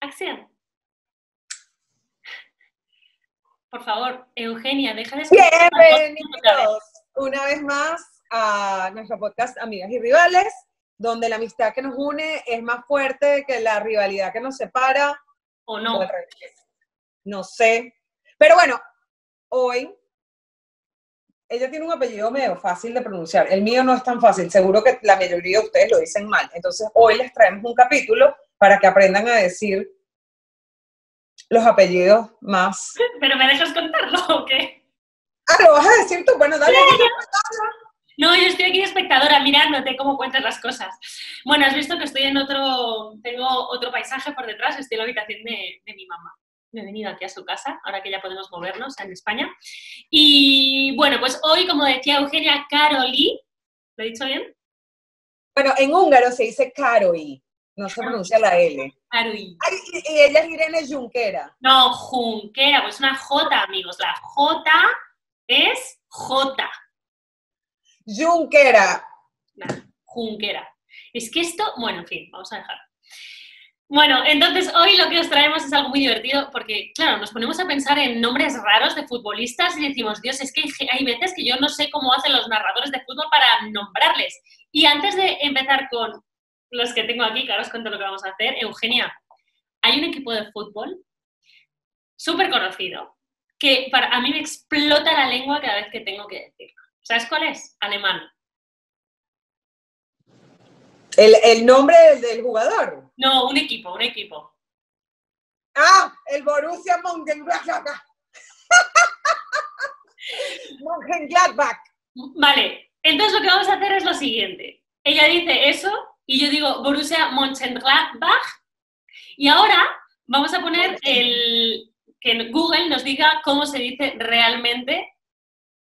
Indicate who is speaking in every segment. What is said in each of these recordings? Speaker 1: gracia. Por favor, Eugenia, deja de escuchar
Speaker 2: Bienvenidos una vez más a nuestro podcast Amigas y Rivales, donde la amistad que nos une es más fuerte que la rivalidad que nos separa.
Speaker 1: o no.
Speaker 2: o al revés. No sé. Pero bueno, hoy ella tiene un apellido medio fácil de pronunciar. El mío no es tan fácil. Seguro que la mayoría de ustedes lo dicen mal. Entonces hoy les traemos un capítulo para que aprendan a decir los apellidos más.
Speaker 1: Pero me dejas contarlo, ¿o qué?
Speaker 2: Ah, lo vas a decir tú. Bueno, dale. dime.
Speaker 1: No, yo estoy aquí de espectadora mirándote cómo cuentas las cosas. Bueno, has visto que estoy en otro, tengo otro paisaje por detrás, estoy en la habitación de, de mi mamá. Me he venido aquí a su casa, ahora que ya podemos movernos en España. Y bueno, pues hoy, como decía Eugenia, Caroli, ¿lo he dicho bien?
Speaker 2: Bueno, en húngaro se dice Karoi, no se pronuncia la L.
Speaker 1: Caroli.
Speaker 2: Ay, y, y ella es Irene Junquera.
Speaker 1: No, Junquera, pues una J, amigos. La J es J.
Speaker 2: Junquera.
Speaker 1: Junquera. Es que esto, bueno, en fin, vamos a dejar. Bueno, entonces hoy lo que os traemos es algo muy divertido porque, claro, nos ponemos a pensar en nombres raros de futbolistas y decimos, Dios, es que hay ge- hay veces que yo no sé cómo hacen los narradores de fútbol para nombrarles. Y antes de empezar con los que tengo aquí, que ahora os cuento lo que vamos a hacer, Eugenia, hay un equipo de fútbol súper conocido que para, a mí me explota la lengua cada vez que tengo que decirlo. ¿Sabes cuál es? Alemán.
Speaker 2: El, el nombre del, del jugador.
Speaker 1: No, un equipo, un equipo.
Speaker 2: Ah, el Borussia Mönchengladbach. Mönchengladbach.
Speaker 1: Vale, entonces lo que vamos a hacer es lo siguiente. Ella dice eso y yo digo Borussia Mönchengladbach y ahora vamos a poner el que Google nos diga cómo se dice realmente.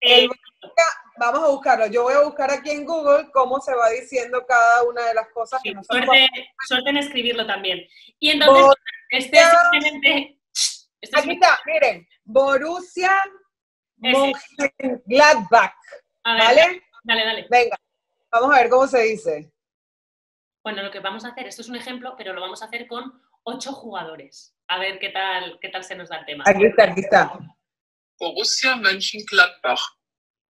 Speaker 1: eh,
Speaker 2: El Borussia, vamos a buscarlo. Yo voy a buscar aquí en Google cómo se va diciendo cada una de las cosas que
Speaker 1: sí,
Speaker 2: nos
Speaker 1: suerte, suerte en escribirlo también. Y entonces este es simplemente este es-
Speaker 2: Aquí está, miren. Borussia
Speaker 1: Ese.
Speaker 2: Mönchengladbach.
Speaker 1: a ver,
Speaker 2: ¿Vale?
Speaker 1: Dale, dale.
Speaker 2: Venga, vamos a ver cómo se dice.
Speaker 1: Bueno, lo que vamos a hacer, esto es un ejemplo, pero lo vamos a hacer con ocho jugadores. A ver qué tal, qué tal se nos da el tema.
Speaker 2: Aquí está, aquí está.
Speaker 3: Borussia Mönchengladbach.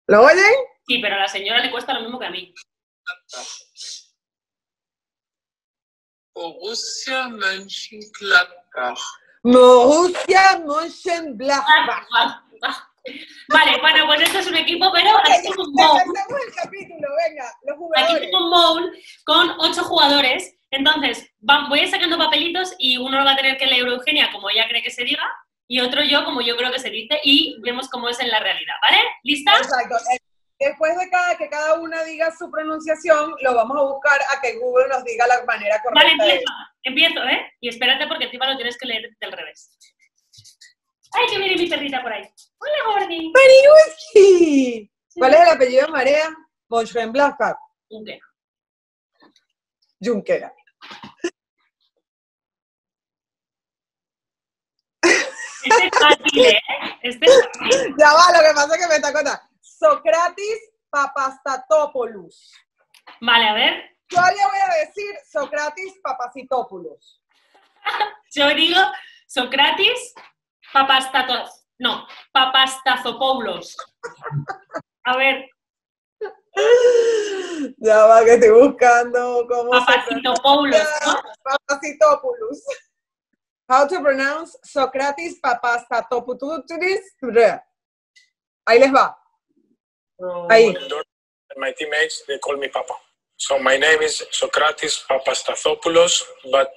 Speaker 2: ¿Lo oyen?
Speaker 1: Sí, pero a la señora le cuesta lo mismo que a mí.
Speaker 3: Borussia Mönchengladbach.
Speaker 2: Borussia
Speaker 1: Ah,
Speaker 2: Mönchengladbach.
Speaker 1: Vale, bueno, pues esto es un equipo, pero así como un bowl.
Speaker 2: Empecemos el capítulo, venga, los
Speaker 1: Aquí
Speaker 2: jugadores.
Speaker 1: tengo un bowl con ocho jugadores. Entonces, va- voy a ir sacando papelitos y uno lo va a tener que leer Eugenia como ella cree que se diga y otro yo como yo creo que se dice y vemos cómo es en la realidad, ¿vale? ¿Listas?
Speaker 2: Exacto. eh, Después de cada, que cada una diga su pronunciación, lo vamos a buscar a que Google nos diga la manera
Speaker 1: Vale,
Speaker 2: correcta. de-
Speaker 1: empiezo. Empiezo, ¿eh? Y espérate porque encima lo tienes que leer del revés. ¡Ay, que viene mi perrita por ahí! ¡Hola, Gordi!
Speaker 2: Sí. ¿Cuál es el apellido de Marea? Mönchengladbach,
Speaker 1: Junquera.
Speaker 2: Junquera.
Speaker 1: Este es fácil, ¿eh? Este es fácil.
Speaker 2: Ya va, lo que pasa es que me está contando. Socrates Papastatopoulos.
Speaker 1: Vale, a ver.
Speaker 2: Yo le voy a decir Socrates Papacitopoulos.
Speaker 1: Yo digo Socrates, papastato, no, papastazopoulos. A ver,
Speaker 2: Ya va, que estoy buscando cómo
Speaker 1: papacitopoulos, ¿no?
Speaker 2: Papacitopoulos. How to pronounce Socrates Papastatopoulos. Ahí les va. Ahí.
Speaker 4: my teammates they call me Papa. So my name is Socrates Papastathopoulos, but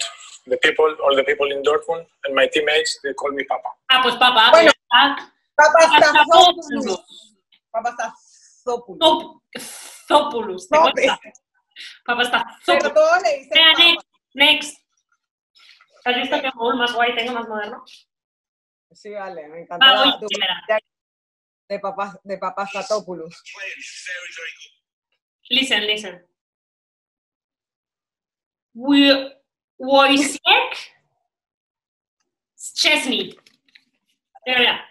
Speaker 4: the people, all the people in Dortmund, and my teammates they call me Papa.
Speaker 1: Ah, pues papá,
Speaker 2: Bueno.
Speaker 1: pues, ah,
Speaker 2: Papastatopoulos.
Speaker 1: papastatopoulos.
Speaker 2: Papastatopoulos.
Speaker 1: Top- Zopoulos, ¿te
Speaker 2: No,
Speaker 1: consta?
Speaker 2: Pero
Speaker 1: Papastazopoulos.
Speaker 2: todos le dicen
Speaker 1: Venga,
Speaker 2: papa.
Speaker 1: next, next. ¿Has visto qué bowl más guay tengo, más moderno?
Speaker 2: Sí, vale, me encanta
Speaker 1: Ah, voy
Speaker 2: la- tu-
Speaker 1: primera.
Speaker 2: de, papas, de Papastatopoulos.
Speaker 1: Listen, listen. Wo- Wojciech Szczesny. Mira, mira.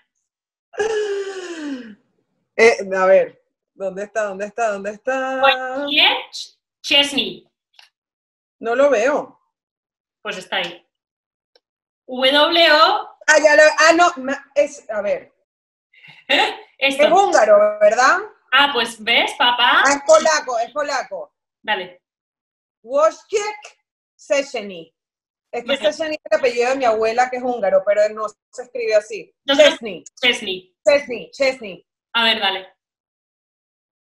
Speaker 2: Eh, a ver, ¿dónde está? ¿Dónde está? ¿Dónde está?
Speaker 1: Wojciech Szczesny.
Speaker 2: No lo veo.
Speaker 1: Pues está ahí. W-O.
Speaker 2: Ah, ya lo- ah, no, ma- es, a ver, es
Speaker 1: ¿eh? Esto.
Speaker 2: húngaro, ¿verdad?
Speaker 1: Ah, pues ves, papá.
Speaker 2: Ah, es polaco, es polaco.
Speaker 1: Dale.
Speaker 2: Wojciech Szczesny. Es que
Speaker 1: Bueno.
Speaker 2: Szczesny es el apellido de mi abuela, que es húngaro, pero no se escribe así.
Speaker 1: Entonces-
Speaker 2: Szczesny,
Speaker 1: Chesney.
Speaker 2: Szczesny, Szczesny.
Speaker 1: A ver, dale.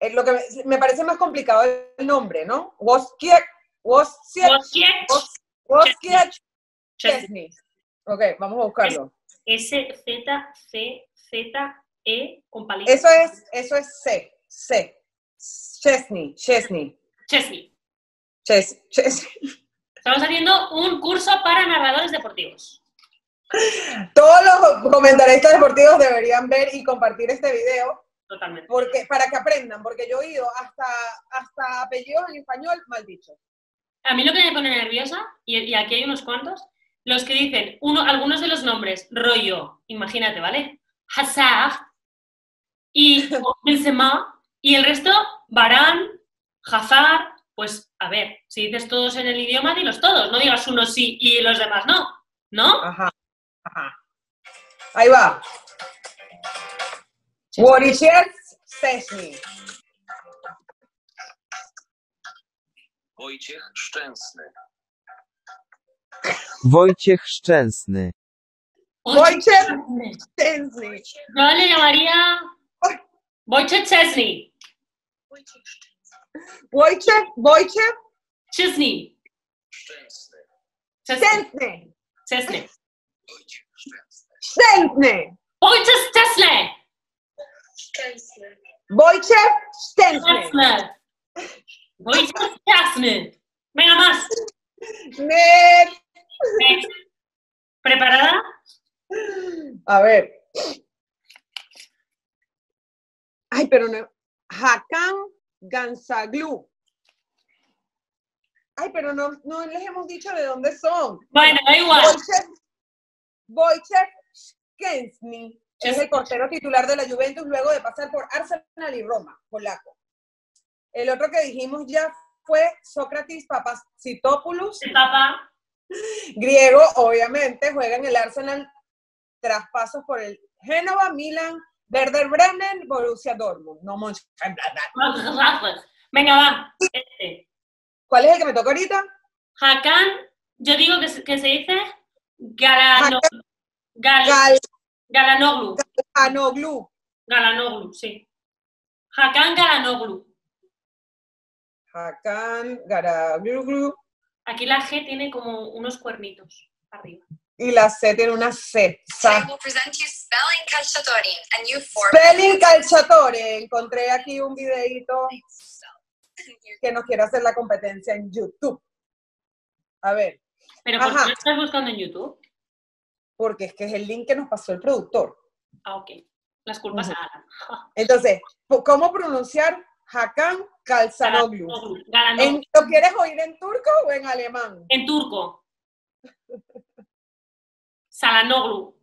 Speaker 2: Eh, lo que me, me parece más complicado el nombre, ¿no? Wojciech, Wojciech,
Speaker 1: Wojciech
Speaker 2: Wojciech
Speaker 1: Chesney.
Speaker 2: Szczesny. Ok, vamos a buscarlo.
Speaker 1: S-Z-C-Z-E E, con palito.
Speaker 2: Eso es, eso es C, C. Chesney, Chesney,
Speaker 1: Chesney.
Speaker 2: Ches, Ches.
Speaker 1: Estamos haciendo un curso para narradores deportivos.
Speaker 2: Todos los comentaristas deportivos deberían ver y compartir este video
Speaker 1: Totalmente.
Speaker 2: porque, para que aprendan, porque yo he oído hasta, hasta apellidos en español mal dicho.
Speaker 1: A mí lo que me pone nerviosa, y, y aquí hay unos cuantos, los que dicen uno, algunos de los nombres, rollo, imagínate, ¿vale? Hazard y o Benzema, y el resto, Barán, Hazard, pues a ver, si dices todos en el idioma, dilos todos, no digas uno sí y los demás no, ¿no?
Speaker 2: Ajá, ajá. Ahí va. Wojciech Szczesny.
Speaker 3: Wojciech Szczęsny.
Speaker 5: Wojciech Szczęsny.
Speaker 2: Wojciech Szczesny.
Speaker 1: Yo le llamaría
Speaker 2: Ay.
Speaker 1: Wojciech Chesney.
Speaker 2: Wojciech, Wojciech
Speaker 1: Chesney.
Speaker 3: Szczęsny.
Speaker 1: Chesney.
Speaker 2: Szczesny.
Speaker 1: Chesney.
Speaker 3: Wojciech Szczęsny.
Speaker 2: Szczesny.
Speaker 1: Wojciech Chesney.
Speaker 2: Wojciech Szczesny.
Speaker 1: Chesney. Wojciech Chesney. Venga más.
Speaker 2: Me-
Speaker 1: Eh, ¿Preparada?
Speaker 2: A ver. Ay, pero no. Hakan Gansaglu. Ay, pero no, no les hemos dicho de dónde son.
Speaker 1: Bueno, da igual.
Speaker 2: Wojciech Wojciech Szczęsny es el portero titular de la Juventus luego de pasar por Arsenal y Roma, polaco. El otro que dijimos ya fue Sócrates Papacitopoulos,
Speaker 1: El papá.
Speaker 2: griego, obviamente, juega en el Arsenal tras pasos por el Génova, Milan, Werder Bremen, Borussia Dortmund. No, Mönchengladbach.
Speaker 1: Venga, va. Este.
Speaker 2: ¿Cuál es el que me toca ahorita?
Speaker 1: Hakan, yo digo que se, que se dice Galano, Gal,
Speaker 2: Galhanoglu.
Speaker 1: Galanoglu. Galanoglu, sí. Hakan Galanoglu.
Speaker 2: Hakan Garaglu.
Speaker 1: Aquí la G tiene como unos cuernitos arriba.
Speaker 2: Y la C tiene una C.
Speaker 6: I
Speaker 2: Sa-
Speaker 6: will present you spelling calciatori, a new form.
Speaker 2: Spelling Calciatore. Encontré aquí un videito que nos quiere hacer la competencia en YouTube. A ver,
Speaker 1: Pero ¿por qué
Speaker 2: Ajá.
Speaker 1: lo estás buscando en YouTube?
Speaker 2: porque es que es el link que nos pasó el productor.
Speaker 1: Ah, ok. Las culpas a
Speaker 2: Ujú.
Speaker 1: Alan.
Speaker 2: Entonces, po- ¿cómo pronunciar Hakan Kalsanoglu?
Speaker 1: Galanoglu. Galanoglu.
Speaker 2: En- ¿Lo quieres oír en turco o en alemán?
Speaker 1: En turco. Salanoglu.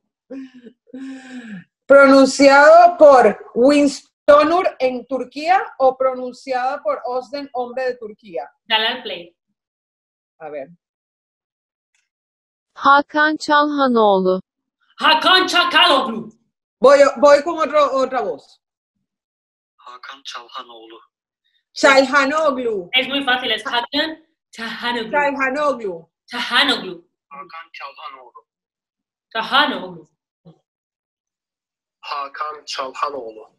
Speaker 2: Pronunciado por Winstonur en Turquía o pronunciada por Osden, hombre de Turquía.
Speaker 1: Dale al play.
Speaker 2: A ver.
Speaker 7: Hakan Çalhanoğlu.
Speaker 1: Hakan Chakaloglu.
Speaker 2: Voy, voy con otro, otra voz.
Speaker 3: Hakan Çalhanoğlu.
Speaker 2: Chalhanoglu.
Speaker 1: Es muy fácil. Es Hakan Chahanoglu.
Speaker 2: Chalhanoglu.
Speaker 1: Chahanoglu.
Speaker 3: Hakan Çalhanoğlu.
Speaker 1: Chahanoglu.
Speaker 3: Hakan Çalhanoğlu.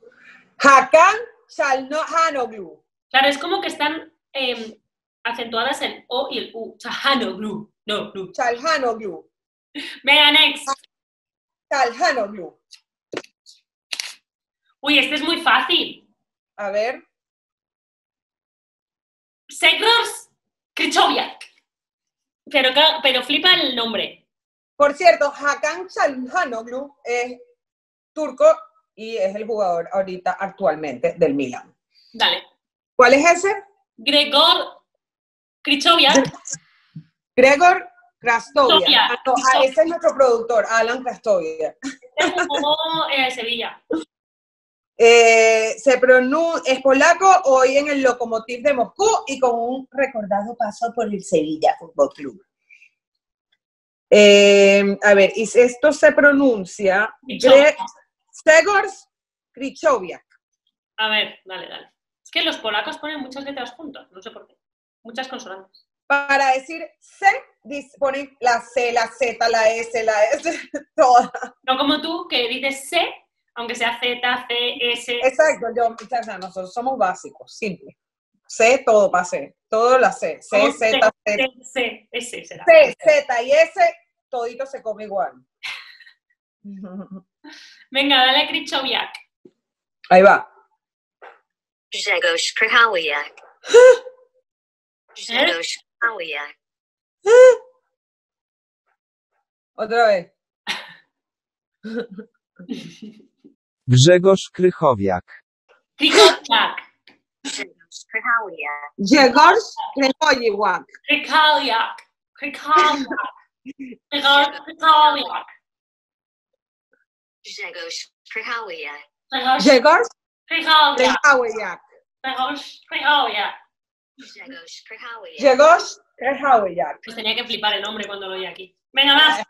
Speaker 2: Hakan Chalhanoglu.
Speaker 1: Claro, es como que están eh, acentuadas el O y el U. Chahanoglu. No, no.
Speaker 2: Chalhanoglu.
Speaker 1: Venga, next.
Speaker 2: Chalhanoglu.
Speaker 1: Uy, este es muy fácil.
Speaker 2: A ver.
Speaker 1: Segrors Krichoviak. Pero, claro, pero flipa el nombre.
Speaker 2: Por cierto, Hakan Çalhanoğlu es turco y es el jugador ahorita actualmente del Milan.
Speaker 1: Dale.
Speaker 2: ¿Cuál es ese?
Speaker 1: Gregor Krichoviak.
Speaker 2: Gregor Krastovia.
Speaker 1: Krastovia.
Speaker 2: Ah, no, ah, ese es nuestro productor, Alan Krastovia.
Speaker 1: Este jugó en el Sevilla.
Speaker 2: Eh, se pronun- es polaco, hoy en el Lokomotiv de Moscú y con un recordado paso por el Sevilla Fútbol Club. Eh, a ver, y esto se pronuncia
Speaker 1: Krichoviak.
Speaker 2: Gre- Segors Krichowiak.
Speaker 1: A ver, dale, dale. Es que los polacos ponen muchas letras juntas, no sé por qué. Muchas consonantes.
Speaker 2: Para decir se, dis- ponen la C, la Z, la S, la S, todas.
Speaker 1: No como tú, que dices C, aunque sea Z, C, S.
Speaker 2: Exacto, yo, o sea, nosotros somos básicos, simple. C, todo para C, todo la C, C,
Speaker 1: Somos
Speaker 2: Z, Z,
Speaker 1: C, C, S será.
Speaker 2: C, Z y S, todito se come igual.
Speaker 1: Venga, dale a Krichoviak.
Speaker 2: Ahí va.
Speaker 8: Grzegorz Krychawiak. Grzegorz Krychawiak.
Speaker 2: Otra vez.
Speaker 5: Grzegorz Krychowiak.
Speaker 1: Krichoviak.
Speaker 8: Grzegorz Krychawiak.
Speaker 2: Yegor Kremoyiwak.
Speaker 1: Krichoviak. Krichoviak. Krichoviak.
Speaker 8: Grzegorz Krychawiak.
Speaker 2: Yegor
Speaker 1: Krichoviak.
Speaker 2: Kremoyiwak.
Speaker 1: Krichoviak.
Speaker 8: Grzegorz Krychawiak.
Speaker 2: Yegor Kremoyiwak.
Speaker 1: Pues tenía que flipar el nombre cuando lo oí aquí. Venga, más.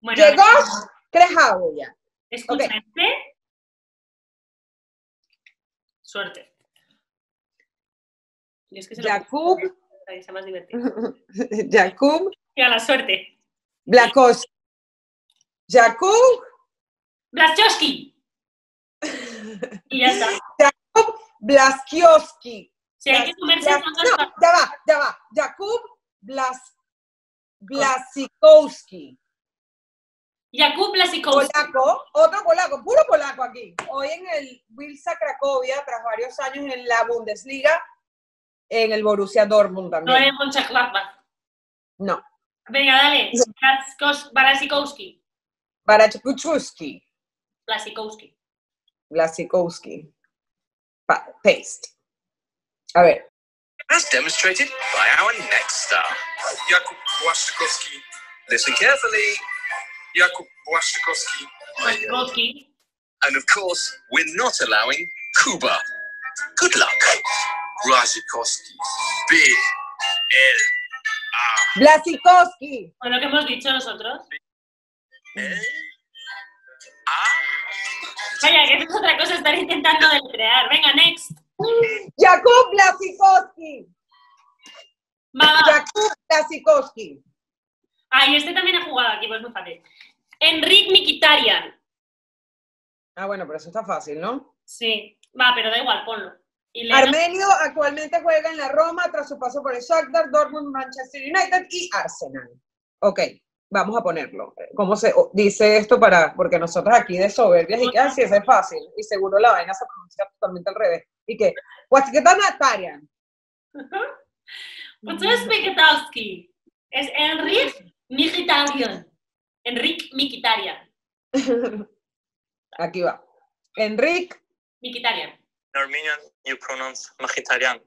Speaker 1: Bueno,
Speaker 2: Yegor Kremoyiwak.
Speaker 1: escucha
Speaker 2: ok.
Speaker 1: este. Suerte. Y es que se lo-
Speaker 2: Jakub,
Speaker 1: para que sea más divertido.
Speaker 2: Jakub
Speaker 1: Y a la suerte.
Speaker 2: Blakos. Jakub
Speaker 1: Blaschowski. Y ya está.
Speaker 2: Blaskioski.
Speaker 1: Si hay que comerse
Speaker 2: Blas-
Speaker 1: tantos
Speaker 2: no,
Speaker 1: pa-
Speaker 2: ya va, ya va. Jakub Blas, Blasikowski.
Speaker 1: Jakub Blasikowski.
Speaker 2: Polaco, otro polaco, puro polaco aquí. Hoy en el Wilsa Cracovia, tras varios años en la Bundesliga, en el Borussia
Speaker 1: No
Speaker 2: Dortmund también.
Speaker 1: es Mönchengladbach.
Speaker 2: No,
Speaker 1: Venga, dale.
Speaker 2: No.
Speaker 1: Blaskos- Blasikowski.
Speaker 2: Barachukuchuski,
Speaker 1: Blasikowski.
Speaker 2: Blasikowski. Pa- paste. A ver,
Speaker 9: as demonstrated by our next star.
Speaker 4: Jakub Błaszczykowski.
Speaker 9: Listen carefully,
Speaker 4: Jakub Błaszczykowski.
Speaker 1: Blaskowski.
Speaker 9: and of course, we're not allowing Cuba. Good luck. Razikowski. B. L.
Speaker 2: Blasikowski.
Speaker 1: Bueno, ¿qué hemos dicho nosotros?
Speaker 9: L. A.
Speaker 1: Vaya, que eso es otra cosa, estar intentando deletrear. Venga, next.
Speaker 2: Jakub Blasikowski.
Speaker 1: Maga.
Speaker 2: Jakub Blasikowski.
Speaker 1: Ah, y este también ha jugado aquí, pues muy fácil. Enric Mikitarian.
Speaker 2: Ah, bueno, pero eso está fácil, ¿no?
Speaker 1: Sí. Va, pero da igual, ponlo. Y léelo.
Speaker 2: Armenio actualmente juega en la Roma tras su paso por el Shakhtar, Dortmund, Manchester United y Arsenal. Ok, vamos a ponerlo. ¿Cómo se o- dice esto para...? Porque nosotros aquí de soberbias y que, ah, sí, eso es fácil. Y seguro la vaina se pronuncia totalmente al revés. Y que, "Pues, Huasquetanatarian.
Speaker 1: Pues tú es Mikitowski. Es Enric Mikitarian. Enric Mikitarian.
Speaker 2: Aquí va. Enrique.
Speaker 1: Mikitarian.
Speaker 3: In Armenian, you pronounce Mkhitaryan.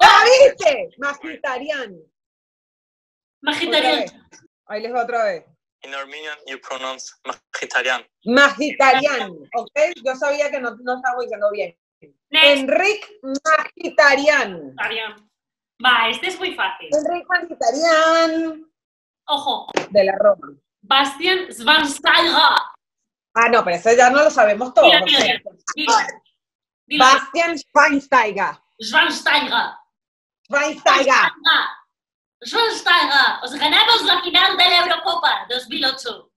Speaker 2: ¡Ah, viste! Magitarian.
Speaker 1: Magitarian.
Speaker 2: Otra Ahí les va otra vez.
Speaker 3: In Armenian, you pronounce Mkhitaryan.
Speaker 2: Magitarian. ¿Ok? Yo sabía que no, no estaba diciendo bien.
Speaker 1: Next.
Speaker 2: Enrique Magitarian.
Speaker 1: Magitarian. Va, este es muy fácil.
Speaker 2: Enrique Magitarian.
Speaker 1: Ojo.
Speaker 2: de la Roma.
Speaker 1: Bastian Schweinsteiger.
Speaker 2: Ah, no, pero eso ya no lo sabemos todos.
Speaker 1: Dilo, dilo, dilo. Dilo. Dilo.
Speaker 2: Bastian Schweinsteiger.
Speaker 1: Schweinsteiger.
Speaker 2: Schweinsteiger.
Speaker 1: Schweinsteiger. Os ganamos la final de la Eurocopa 2008.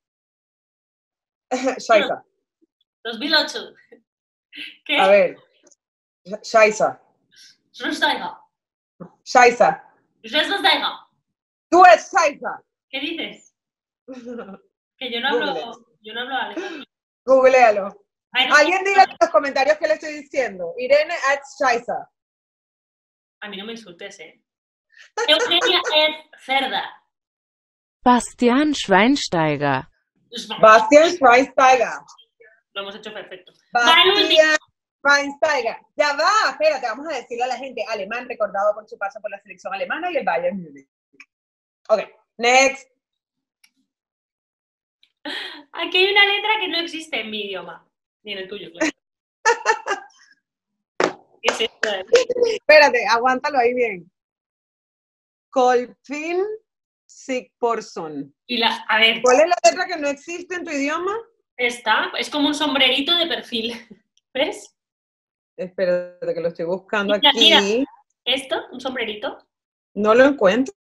Speaker 2: Schweizer.
Speaker 1: 2008. ¿Qué?
Speaker 2: A ver. Schweizer.
Speaker 1: Schweinsteiger.
Speaker 2: Schweizer.
Speaker 1: Schweinsteiger.
Speaker 2: Tú eres Schweizer.
Speaker 1: ¿Qué dices? Que yo no hablo,
Speaker 2: Google.
Speaker 1: yo no hablo alemán.
Speaker 2: Googlealo.
Speaker 1: Ay, no-
Speaker 2: Alguien diga en los comentarios qué le estoy diciendo. Irene at Schweizer.
Speaker 1: A mí no me insultes, ¿eh? Eugenia es cerda.
Speaker 10: Bastian Schweinsteiger.
Speaker 2: Bastian Schweinsteiger.
Speaker 1: Lo hemos hecho perfecto. Vale, último.
Speaker 2: Bastian Schweinsteiger. Ya va, espérate, vamos a decirle a la gente. Alemán recordado por su paso por la selección alemana y el Bayern Múnich. Ok, next.
Speaker 1: Aquí hay una letra que no existe en mi idioma. Ni en el tuyo, claro. ¿Qué es esto? eh?
Speaker 2: Espérate, aguántalo ahí bien. Colfin Sick person.
Speaker 1: Y la, a ver.
Speaker 2: ¿Cuál es la letra que no existe en tu idioma?
Speaker 1: Esta, es como un sombrerito de perfil. ¿Ves?
Speaker 2: Espérate que lo estoy buscando
Speaker 1: Mira,
Speaker 2: aquí.
Speaker 1: mira. ¿Esto? ¿Un sombrerito?
Speaker 2: No lo encuentro.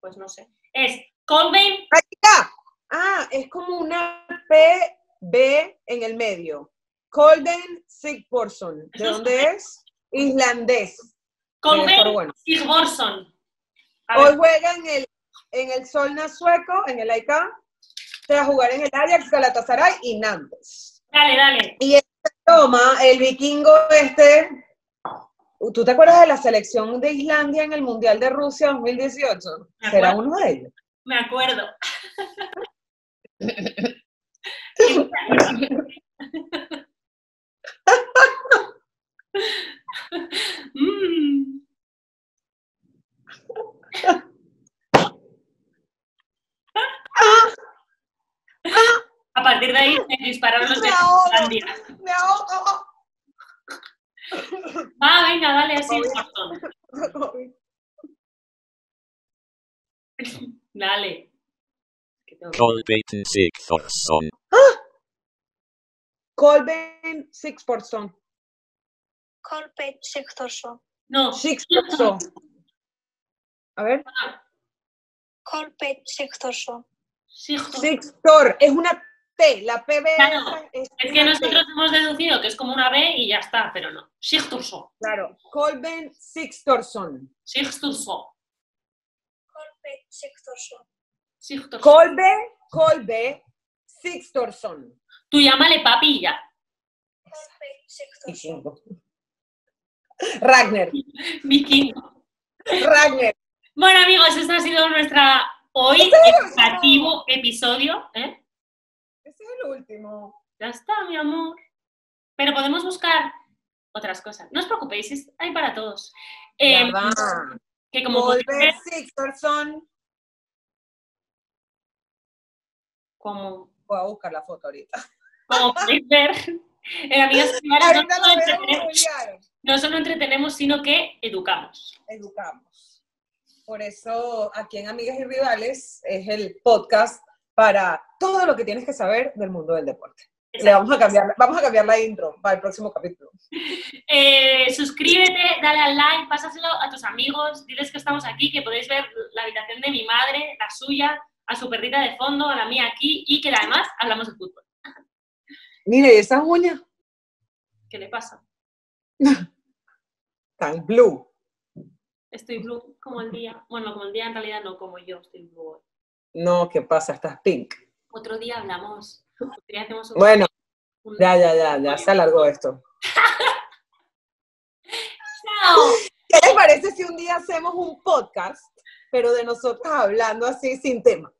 Speaker 1: Pues no sé. Es Colvin.
Speaker 2: Ahí está. Ah, es como una P, B en el medio. Colden Sick Person. ¿De dónde es? Islandés. Debe estar
Speaker 1: Colvin
Speaker 2: bueno.
Speaker 1: Sigborson. A
Speaker 2: Hoy
Speaker 1: ver,
Speaker 2: juega en el, en el Solna sueco, en el AIK. Se va a jugar en el Ajax, Galatasaray y Nantes.
Speaker 1: dale, dale.
Speaker 2: Y este toma, el vikingo este. ¿Tú te acuerdas de la selección de Islandia en el Mundial de Rusia 2018?
Speaker 1: Me
Speaker 2: ¿Será
Speaker 1: acuerdo.
Speaker 2: uno de ellos?
Speaker 1: Me acuerdo. Mm. A partir de ahí se dispararon los de
Speaker 2: Me ahogo.
Speaker 1: Islandia.
Speaker 2: Me ahogo.
Speaker 1: Va, venga, dale así, Sigborson. Dale. Que tengo que-
Speaker 11: Colbate Sig Thorson.
Speaker 2: Colben Six Person.
Speaker 12: Kolbet Sigthorsson.
Speaker 1: No,
Speaker 2: Six Person. A ver.
Speaker 12: Kolbet Sigthorsson.
Speaker 1: Sigtor.
Speaker 2: Sixtor. Es una T. La PB
Speaker 1: Claro,
Speaker 2: es,
Speaker 1: Es que
Speaker 2: una T.
Speaker 1: nosotros hemos deducido que es como una B y ya está, pero no. Sigturso.
Speaker 2: Claro. Colben Sixtorson.
Speaker 1: Sigturso.
Speaker 12: Kolbet Sigthorsson.
Speaker 1: Sigturso.
Speaker 2: Colbe, Colbe Sixtorson.
Speaker 1: Tú llámale papi y ya.
Speaker 12: Kolbet Sigthorsson.
Speaker 2: Vikingo. Ragnar.
Speaker 1: Vikingo.
Speaker 2: Ragnar.
Speaker 1: Bueno, amigos, esta ha sido nuestra hoy educativo episodio. ¿eh?
Speaker 2: Ese es el último.
Speaker 1: Ya está, mi amor. Pero podemos buscar otras cosas. No os preocupéis, es- hay para todos.
Speaker 2: Ya
Speaker 1: Em,
Speaker 2: va.
Speaker 1: que como podéis
Speaker 2: Colbe
Speaker 1: ver,
Speaker 2: Sixtorson.
Speaker 1: como,
Speaker 2: Voy a buscar la foto ahorita.
Speaker 1: como podéis ver, eh, en Amigas Primarias no
Speaker 2: Ahorita
Speaker 1: solo,
Speaker 2: la veo
Speaker 1: entretenemos,
Speaker 2: googlear.
Speaker 1: no solo entretenemos, sino que educamos.
Speaker 2: educamos. Por eso, aquí en Amigas y Rivales es el podcast para todo lo que tienes que saber del mundo del deporte. Le vamos a cambiar, vamos a cambiar la intro para el próximo capítulo.
Speaker 1: Eh, suscríbete, dale al like, pásaselo a tus amigos, diles que estamos aquí, que podéis ver la habitación de mi madre, la suya, a su perrita de fondo, a la mía aquí, y que además hablamos de fútbol.
Speaker 2: Mira, y esas uñas
Speaker 1: ¿Qué le pasa?
Speaker 2: tan blue.
Speaker 1: Estoy blue como el día. Bueno, como el día en realidad no, como yo estoy blue hoy.
Speaker 2: No, ¿qué pasa? Estás pink.
Speaker 1: Otro día hablamos. Otro día hacemos un-
Speaker 2: Bueno,
Speaker 1: un-
Speaker 2: ya, ya, ya, ya se alargó esto.
Speaker 1: ¡Chao!
Speaker 2: ¿Qué les parece si un día hacemos un podcast, pero de nosotras hablando así sin tema?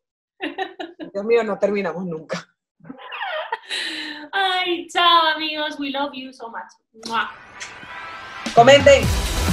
Speaker 2: Dios mío, no terminamos nunca.
Speaker 1: Ay, chao amigos, we love you so much. ¡Mua!
Speaker 2: Comenten.